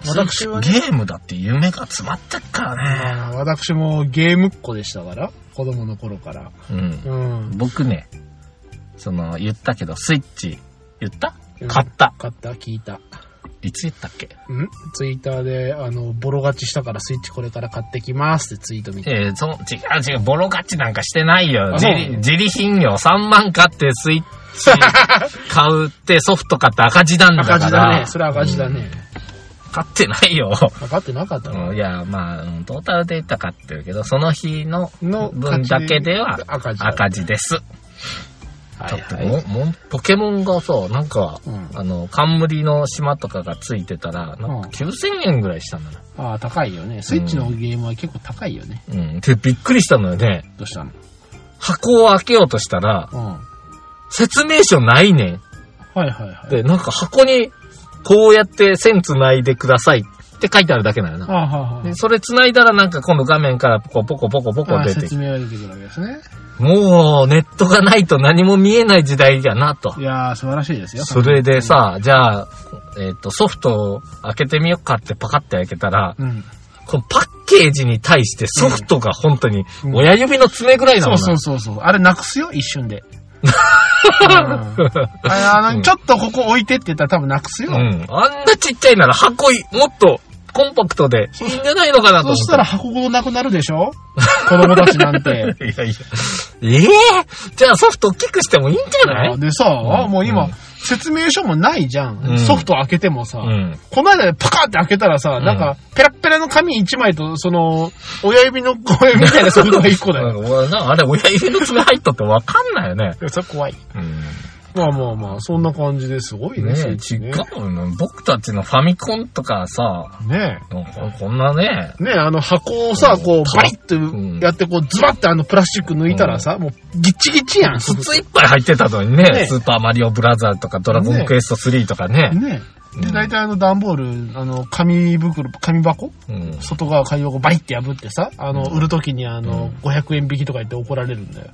私はね、
ゲームだって夢が詰まってっからね。
まあ私もゲームっ子でしたから、子供の頃から。
うん。
うん。
僕ね、その、言ったけど、スイッチ、言った
うん
買った。
買った聞いた。
いつ言ったっけ
うんツイッターで、あの、ボロ勝ちしたからスイッチこれから買ってきますってツイート見て。
えー、その、違う違う、ボロ勝ちなんかしてないよ。
あ
自
そう
利、自利品よ。3万買ってスイッチ
<laughs>
買うってソフト買って赤字なんだから。
赤字だね。それは赤字だね。
買ってないよ。 <laughs>
分かってなかったの
うんいや、まあ、うんトータルで言ったら買ってるけど、その日の
の
分だけでは
赤字だ
赤字です。はい
だっ
は
ても
い。
ん、もん、
ポケモンがさ、なんか、
うん
あの、冠の島とかがついてたら、なんか
うん
9000円ぐらいしたんだな。
ああ、高いよね。スイッチのゲームは結構高いよね。
うん。で、びっくりしたのよね。
どうしたの
箱を開けようとしたら、
うん。は
説明書ないねん。
いはいはい。
で、なんか箱に、こうやって線繋いでくださいって書いてあるだけなのよ
あ
な。
あ、はあ、は
で、それ繋いだらなんか今度画面からポコポコポコポ
あ。
コ
ああ
出て
説明が出てくるわけですね。
もう、ネットがないと何も見えない時代やなと
い。やー、素晴らしいですよ。
それでさ、じゃあ、えっ、と、ソフトを開けてみようかってパカって開けたら、
うん。
このパッケージに対してソフトが本当に
うん
親指の爪ぐらいな
そ
の
う
な、
そうそうそう。あれなくすよ、一瞬で。うんあれあの、ちょっとここ置いてって言ったら多分なくすよ。
うん。あんなちっちゃいなら箱い、もっとコンパクトでいいんじゃないのかなと思
そ
っ
した
た
ら箱ごとなくなるでしょ子供たちなん
<laughs>
て。
いやいや、
ええじゃあソフト大きくしてもいいんじゃない
でさ、
うん
もう今、
うん
説明書もないじゃん。
うん
ソフト開けてもさ、
うん。
この間パカって開けたらさ、
ん
なんか、ペラッペラの紙1枚と、その、親指の声みたいなソフトが1個だ
な
よ。
んか俺なあれ親指の爪入ったってわかんないよね。
いやそれ怖い。
うん。
まあまあまあ、そんな感じですごいね。
ね
スイ
え
ッチ
違
ね
うの。僕たちのファミコンとかさ、
ね
なんかこんなね、
え。ねえ、あの箱をさ、こう、バリッと
ん
やって、こう、ズバッてあのプラスチック抜いたらさ、もう、ギッチギチやん。
筒いっぱい入ってたのにね、
ね
スーパーマリオブラザーとかドラゴンクエスト3とかね。
ねえ。で、大体あの段ボール、あの、紙袋、紙箱
うん。
外側紙箱バリって破ってさ、あの、売るときにあの、500円引きとか言って怒られるんだよ。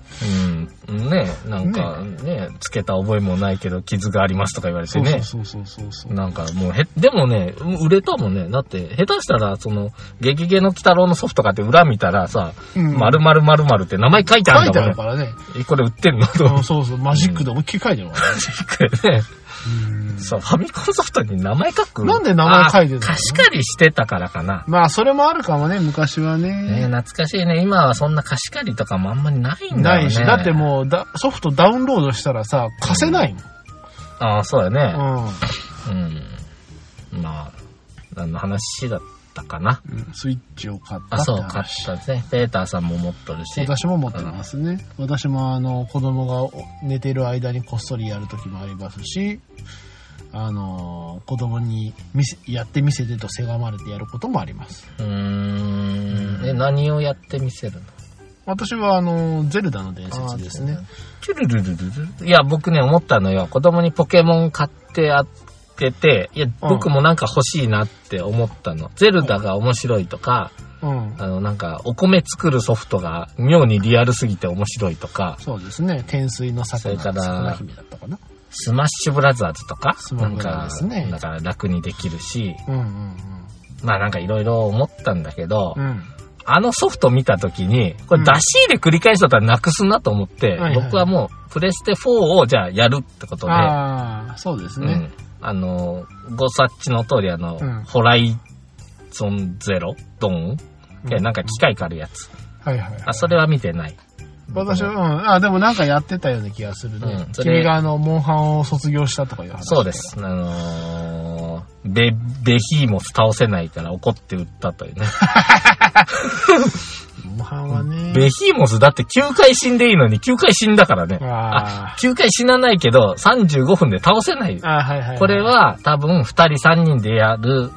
うん。ねなんかね、つけた覚えもないけど傷がありますとか言われて
そう
ね。
そうそうそうそう。
なんかもうへ、でもね、売れたもんね。だって、下手したら、その、ゲゲゲの鬼太郎のソフト買って裏見たらさ、
うん
まるまるまるまるって名前書いてあ
書
る
い
ん
て
だ
あ
もん
る
ね
からね。
え。これ売ってんのと
う
思
んそうそう、マジックで思いっきり書いてるわ。
ってね。
うん
そう、ファミコンソフトに名前書く
なんで名前書いてるの
あ貸し借りしてたからかな。
まあ、それもあるかもね、昔は
ね
ね。
懐かしいね。今はそんな貸し借りとかもあんまりないんだよね。
ないし、だってもうだ、ソフトダウンロードしたらさ、貸せないもん。
ああ、そうだね。
うん。
うん。まあ、何の話だったかな。
スイッチを買っ
あ、
たって
そう、買っ
話。
たですね。ペーターさんも持っとるし。
私も持ってますね。私もあの、子供がお寝てる間にこっそりやる時もありますし、あの、子供に見せやってみせてとせがまれてやることもあります。
うーん。え、何をやってみせるの
私はあの、ゼルダの伝説ですね。
チュルルルルルいや、僕ね、思ったのよ。子供にポケモン買ってあげて、いや、僕もなんか欲しいなって思ったの。ゼルダが面白いとか、
うん。
あの、なんか、お米作るソフトが妙にリアルすぎて面白いとか、
そうですね。天水の魚
それから
魚姫だったかな。
スマッシュブラザーズとか、
スマブラですね
なんか、なんか楽にできるし、
うんうん
まあなんかいろいろ思ったんだけど、
うん。うん。
あのソフト見た時に、こ
うん
れ出し入れ繰り返しだったらなくすなと思って、
はいはい
僕はもうプレステ4をじゃあやるってことで、
ああ、そうですね。
うん、あの、ご察知の通りあの、
うん
ホライゾンゼロドン、
うん
えなんか機械からやつ。
はいはいはい。
あ、それは見てない。
私は、うん。あ、でもなんかやってたような気がするね。
うんそれ
君があの、モンハンを卒業したとかいう話。
そうで。す。あのー、ベ、ベヒーモス倒せないから怒って売ったという
<laughs>
ね。
モンハンはね。
ベヒーモスだって9回死んでいいのに9回死んだからね。
あ
9回死なないけど35分で倒せない
ー。あー、はいはいはい。
これは多分2人3人でやる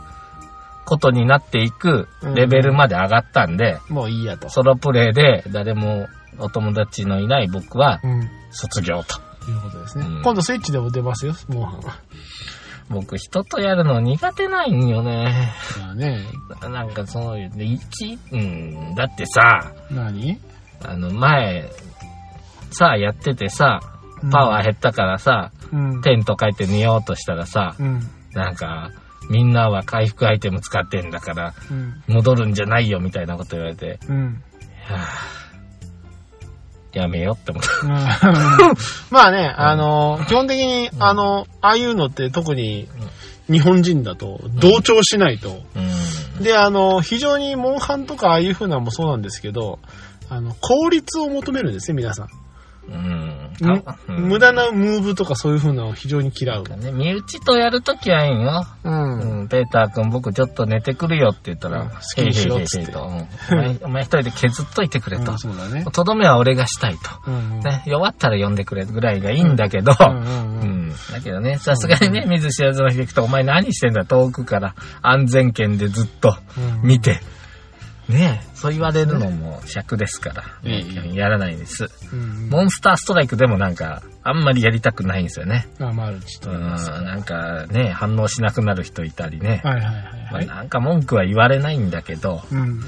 ことになっていくレベルまで上がったんで、
もういいやと。
ソロプレイで誰もお友達のいない僕は
うん。
卒業と。
いうことですね
うん。
今度スイッチでも出ますよ、モンハンは。
僕人とやるの苦手ないんよね。
まあね、
なんかそういう、で、一、うん、だってさ、
何
あの、前、さあやっててさ、パワー減ったからさ、
うん。
テント書いて寝ようとしたらさ、
うん。
なんか、みんなは回復アイテム使ってんだから、
うん。
戻るんじゃないよみたいなこと言われて、 <laughs>
うん。
やめようって思った。
うんまあね、あの、基本的に、あの、ああいうのって特に日本人だと同調しないと。
うん。
で、あの、非常にモンハンとかああいう風なのもそうなんですけど、あの、効率を求めるんですね、皆さん。
うん。
む
たうん
無駄なムーブとかそういう風なのを非常に嫌う。
ね、身内とやるときはいいよ。
う。
うんん、ペーター君僕ちょっと寝てくるよって言ったら、
うん好き
へいへ
に
いへ
し
い
ろ
へ
っ
い
つって
と、うんお前、お前一人で削っといてくれと
うん。そうだね。
とどめは俺がしたいと。
うんうん。
ね、弱ったら呼んでくれぐらいがいいんだけど、
う
うんん
うんうん。
だけどね、さすがにね、見ず知らずの人行くと、お前何してんだ、遠くから安全圏でずっと
うん
見て、ねえそう言われるのも尺ですから、
ええ
やらないです。
うん
モンスターストライクでもなんか、あんまりやりたくないんですよね。
あ、マルチ
う
と。
ん、
はい
なんかね、反応しなくなる人いたりね。
はいはい
ま
は
あ、
い。
なんか文句は言われないんだけど、
うん。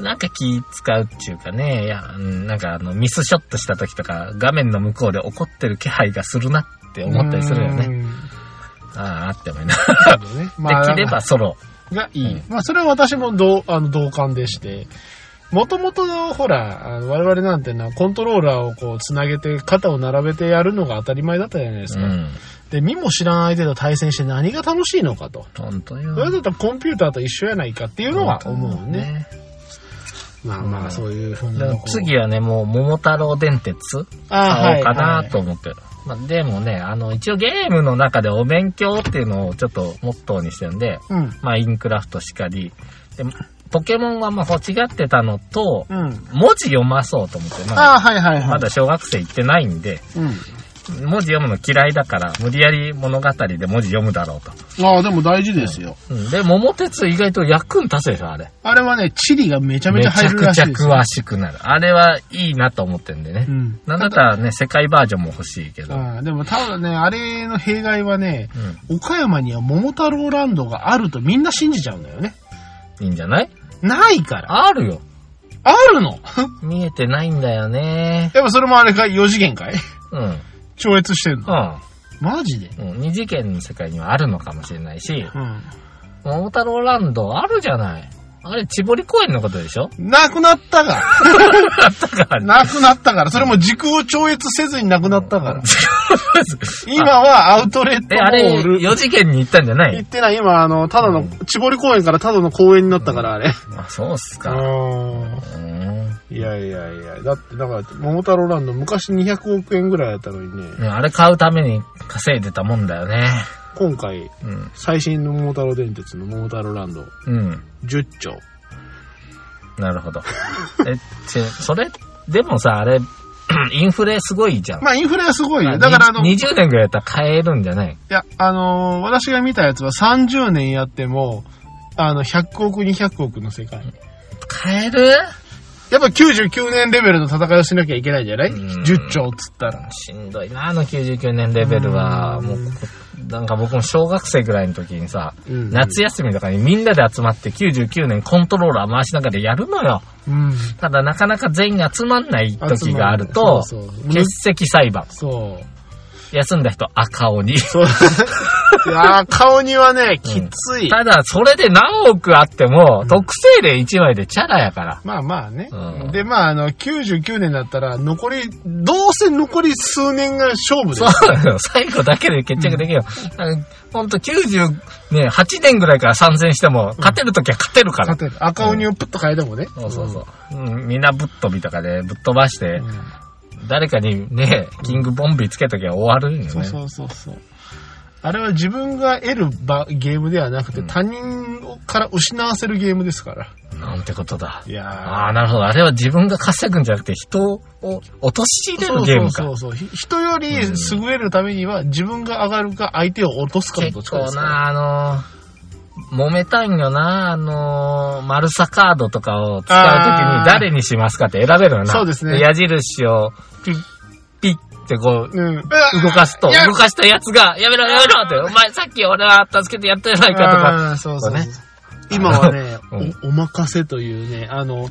なんか気使うっていうかね、いや、うんなんかあの、ミスショットした時とか、画面の向こうで怒ってる気配がするなって思ったりするよね。
うん。
ああ、あって思いな。
そうねまあ
できればソロ。
がいい。
うん
まあ、それは私も同あの同感でして、もともとの、ほら、あの我々なんてのはコントローラーをこう、つなげて、肩を並べてやるのが当たり前だったじゃないです
う
か。
ん。
で、身も知らん相手と対戦して何が楽しいのかと。
本当
それだ
よ。
ったらコンピューターと一緒やないかっていうのは思うね。
ね。
まあま
う
あ、
ん
そういうふ
だ
う
か
な
ら
こう。
次はね、もう、桃太郎電鉄買お
あ
うかなと
はい
思ってる。まあ、でもね、あの、一応ゲームの中でお勉強っていうのをちょっとモットーにしてるんで、
はい
まあ、インクラフトしかり、でポケモンはまあ、欲しがってたのと、
うん。うん。
文字読まそうと思って、ま
あ
あ、
あ、はいはいはい。
まだ小学生行ってないんで、
うん。
文字読むの嫌いだから、無理やり物語で文字読むだろうと。
ああ、でも大事ですよ。
うん、で、桃鉄意外と役に立つでしょ、あれ。
あれはね、地理がめちゃ
め
めち
ち
ゃ
ゃ
入るら
く
し
ちゃ
いですよ。
詳しくなる。あれはいいなと思ってんでね。
うん。
なんだったらね、世界バージョンも欲しいけど。
うん、でもただね、あれの弊害はね、
うん。
岡山には桃太郎ランドがあるとみんな信じちゃうんだよね。
いいんじゃない
ないから。
あるよ。
あるの <laughs>
見えてないんだよね。
やっぱそれもあれか、4次元かい
うん。うん。
超越してんのマジで
うん。二次元の世界にはあるのかもしれないし、
うん。
桃太郎ランドあるじゃない。あれ、千堀公園のことでしょ
なくなったが。
だから、 <laughs>
なくなったから。それも時空を超越せずになくなったから。
ん
今はアウトレット
え、あ
モ
れ、
ール。
4次元に行ったんじゃな
言
<laughs>
っ
い
てない。今、あの、ただの、千堀公園からただの公園になったから、あれ。
あ、そうっすか。
うん。
うん。
いやいやいや、だって、だから、桃太郎ランド昔200億円ぐらいやったのにね、
ねあれ買うために稼いでたもんだよね。
今回、
うん。
最新の桃太郎電鉄の桃太郎ランド、
うん。
10兆。
なるほ <laughs> ど。え、ちそれ、でもさ、あれ、 <clears throat> インフレすごいじゃん。
まあ、インフレはすごいよ。だから、あの、い
に20年ぐらいやったら買えるんじゃない
や、あのー私が見たやつは30年やっても、あの、100億、200億の世界。
買える
やっぱ99年レベルの戦いをしなきゃいけないんじゃない
うん
?10 兆っつったら。
しんどいな、あの99年レベルは。
うん
もう、なんか僕も小学生ぐらいの時にさ、
うん
夏休みとかにみんなで集まって99年コントローラー回しながらやるのよ。
うん。
ただなかなか全員が集まんない時がある
集ま
と
んない、そうそう
欠席裁判。
<laughs> そう。
休んだ人赤鬼。
そう。いやー顔にはね、きつい。
ただ、それで何億あっても、特製で1枚でチャラやから。
まあまあね。
うん
で、まあ、あの、99年だったら、残り、どうせ残り数年が勝負です
そ。うなの。 <laughs> 最後だけで決着できるよ。あのほんと90、ね、8年ぐらいから参戦しても、勝てるときは勝てるから。
例えば、赤鬼をプッと変えてもね。
そうそうそう。うん、みんなぶっ飛びとかでぶっ飛ばして、誰かにね、キングボンビーつけときゃ終わるんよね。
そうそうそうそう。あれは自分が得る場ゲームではなくて、他人から失わせるゲームですから。
なんてことだ
い。や
ああ、なるほど。あれは自分が稼ぐんじゃなくて、人を落とし入
ー
れるゲームか。
そうそうそうそう。ひ人より優れるためには、自分が上がるか、相手を落とすかのどっ
結
ちかで
構
すから。
な、あのー、揉めたんよな、あのー、マルサカードとかを使うとき
あー
に誰にしますかって選べるよな。
そうですね
矢印をピッ、ピッってこう、
うん。動
動かすと、
や
動かしたやつが、やめろやめろって、お前さっき俺は助けてやったじゃないかとか、
あーそうそうそう
とかね
今はね、
<laughs> うん
お、お任せというね、あの、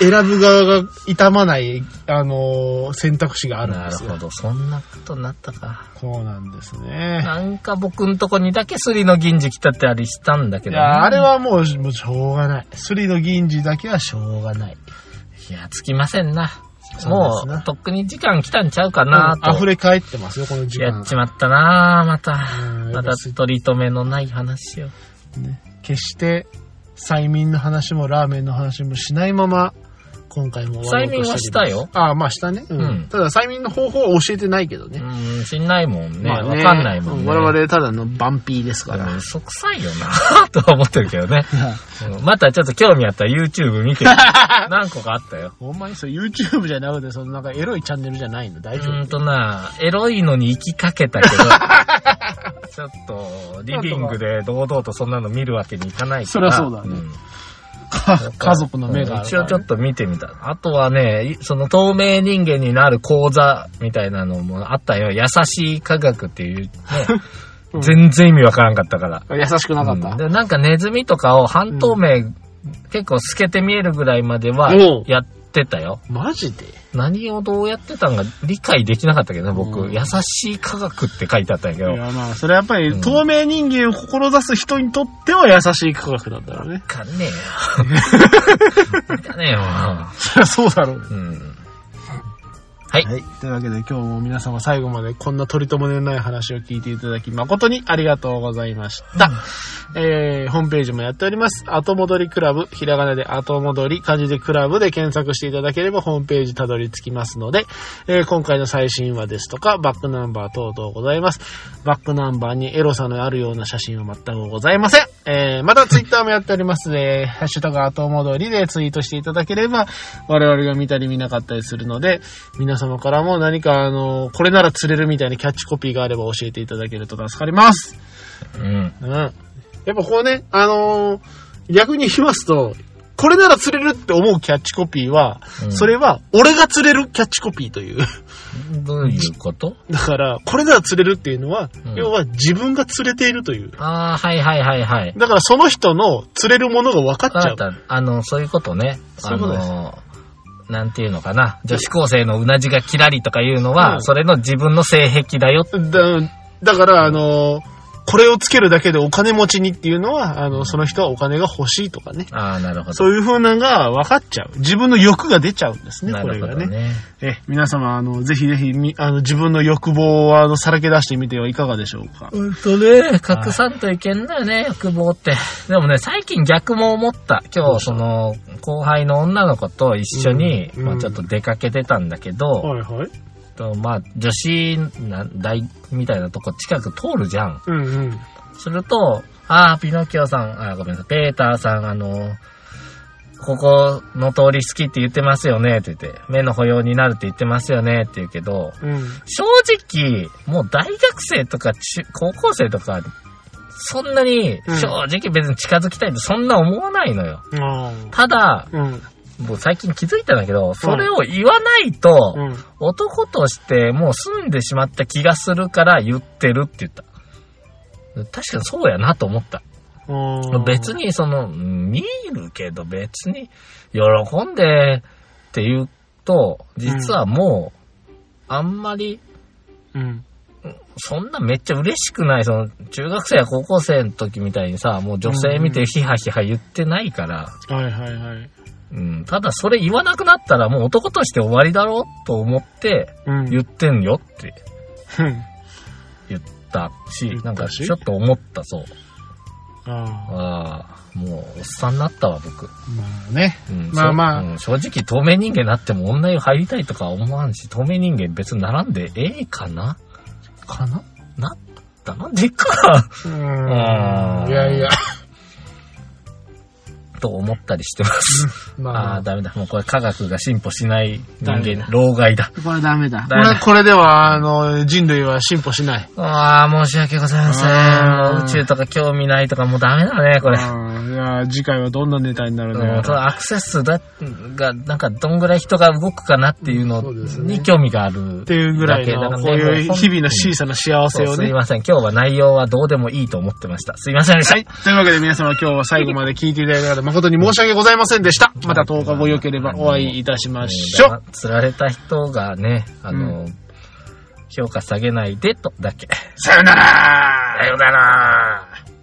選ぶ側が痛まない、あの、選択肢があるん
な
で
る
す
ほ
よ。
ど、そんなことになったか。
そうなんですね。
なんか僕んとこにだけスリの銀次来たってありしたんだけ
い
ど、
や、あれはもう、もうしょうがない。スリの銀次だけはしょうがない。
いや、つきませんな。
すね
もう、とっくに時間来たんちゃうかなと。
溢れ返ってますよ、この時
や
間
っ。ちまったなぁ、また
うん。
ま
や
た
っぱ
取り留めのない話を。
決して、催眠の話もラーメンの話もしないまま、今回も
催眠はした
い。
よ。
ああ、まあしたね。うん。
うん
ただ催眠の方法は教えてないけど
う
ね。
ーん、知んないもんね。
ま
わ、
あね
かんないもん
う
ね。
我々ただのバンピーですか
でも
ら。
嘘くさいよなとは思ってるけどね。うんまたちょっと興味あったら YouTube
<laughs>
見てみて何個かあったよ。
ほんまにそう、YouTube じゃなくて、そのなんかエロいチャンネルじゃないの
う
大丈
ーん
夫
とな、エロいのに行きかけ
<laughs>
たけど、ちょっと、リビングで堂々とそんなの見るわけにいかないから。
そりゃそうだね
ん
か家族の目があるか
一
ら
応ちょっと見てみた。あとはね、その透明人間になる講座みたいなのもあったよ。優しい科学っていう、ね
<laughs> うん
全然意味わからんかったから。
優しくなかった。
うんでなんかネズミとかを半透明、結構透けて見えるぐらいまでは
おう
やってたよ。
マジで
何をどうやってたんか理解できなかったけどね、僕。
うん
優しい科学って書いてあったんやけ
い
ど。
やまあ、それはやっぱり、
うん
透明人間を志す人にとっては優しい科学なんだろう
<laughs>
ね。
わか
<laughs>
んねえよ。わかんねえよ。
そりゃそうだろうね。
うん。
はい。というわけで今日も皆様最後までこんな取り留めのない話を聞いていただき誠にありがとうございました。えー、ホームページもやっております。後戻りクラブ、ひらがなで後戻り、漢字でクラブで検索していただければホームページたどり着きますので、えー今回の最新話ですとか、バックナンバー等々ございます。バックナンバーにエロさのあるような写真は全くございません。えー、またツイッターもやっておりますので、ハッシュタグ後戻りでツイートしていただければ、我々が見たり見なかったりするので、皆様からも何か、あの、これなら釣れるみたいなキャッチコピーがあれば教えていただけると助かります。
うん。
うん。やっぱこうね、あのー逆に言いますと、これなら釣れるって思うキャッチコピーは、
うん
それは、俺が釣れるキャッチコピーという。 <laughs>
どういうこと
だから、これなら釣れるっていうのは、
うん
要は自分が釣れているという。
ああ、はいはいはいはい。
だからその人の釣れるものが分かっちゃ
あ
う。
た、あの、そういうことね。
そういうことです
あの、なんていうのかな。女子高生のうなじがキラリとかいうのは、
うん
それの自分の性癖だよって。
だだから、あのーこれをつけるだけでお金持ちにっていうのは、あの、その人はお金が欲しいとかね。
ああ、なるほど。
そういう風なのが分かっちゃう。自分の欲が出ちゃうんですね、
な
これ
るほ
が
ど
ね。
ね。
え、皆様、あの、ぜひぜひ、み、あの、自分の欲望を、あの、さらけ出してみてはいかがでしょうか。
うんとね、隠さんといけんだよね、欲望って。でもね、最近逆も思った。今日、その、後輩の女の子と一緒に、
うん
ま
う
あ
ん
ちょっと出かけてたんだけど、
はいはい。
とまあ女子な大みたいなとこ近く通るじゃん。
うんうん。
すると、ああ、ピノキオさん、あーごめんなさい、ペーターさん、あのーここの通り好きって言ってますよねって言って、目の保養になるって言ってますよねって言うけど、
うん。
正直、もう大学生とか中高校生とか、そんなに
うん
正直別に近づきたいってそんな思わないのよ。
あ
ただ、
あ。うん。
もう最近気づいたんだけど、それを言わないと、
うん。
男としてもう住んでしまった気がするから言ってるって言った。確かにそうやなと思った。
ああ
別。にその、うん見るけど別に喜んでって言うと、実はもう、あんまり、
うん。
そんなめっちゃ嬉しくない、その、中学生や高校生の時みたいにさ、もう女性見てヒハヒハ言ってないから、
はいはいはい。
うん、ただそれ言わなくなったらもう男として終わりだろうと思って
うん。
言ってんよって
うん。
言ったし
言っ、たし
なんかちょっと思ったそう。
ああ。
ああ、もうおっさんになったわ僕。
まあね。
うん
まあまあ
そううん正直、透明人間になっても女湯入りたいとか思わんし、透明人間別に並んでええかなかなな、並んでいくか
う
あ
ん。
ー
いやいや。
と思ったりしてます。あ
ま
あ、
あ。
ダメだ。もうこれ科学が進歩しない人
ダメ
間、
だ
老害だ。
これダメだ。こ
ダメだ
れ、これでは、あの、人類は進歩しない。
ああ、申し訳ございませ
あー
ん。もう宇宙とか興味ないとかもうダメだね、これ。
ああいや、次回はどんなネタにな
う
る
ん、
ね
そ。のアクセス数だが、なんかどんぐらい人が動くかなっていうの
そうですね
に興味がある。っ
っていうぐらいの、こういう日々の小さな幸
そ
せ
う
を
す
ね
い。ません。今日は内容はどうでもいいと思ってました。すいませんでした。
はい。というわけで皆様今日は最後まで聞いていただいた方誠に申し訳ございませんでした。また10日後良ければお会いいたしましょう。
釣られた人がね、あの、評価下げないでとだけ。
さよなら
さようなら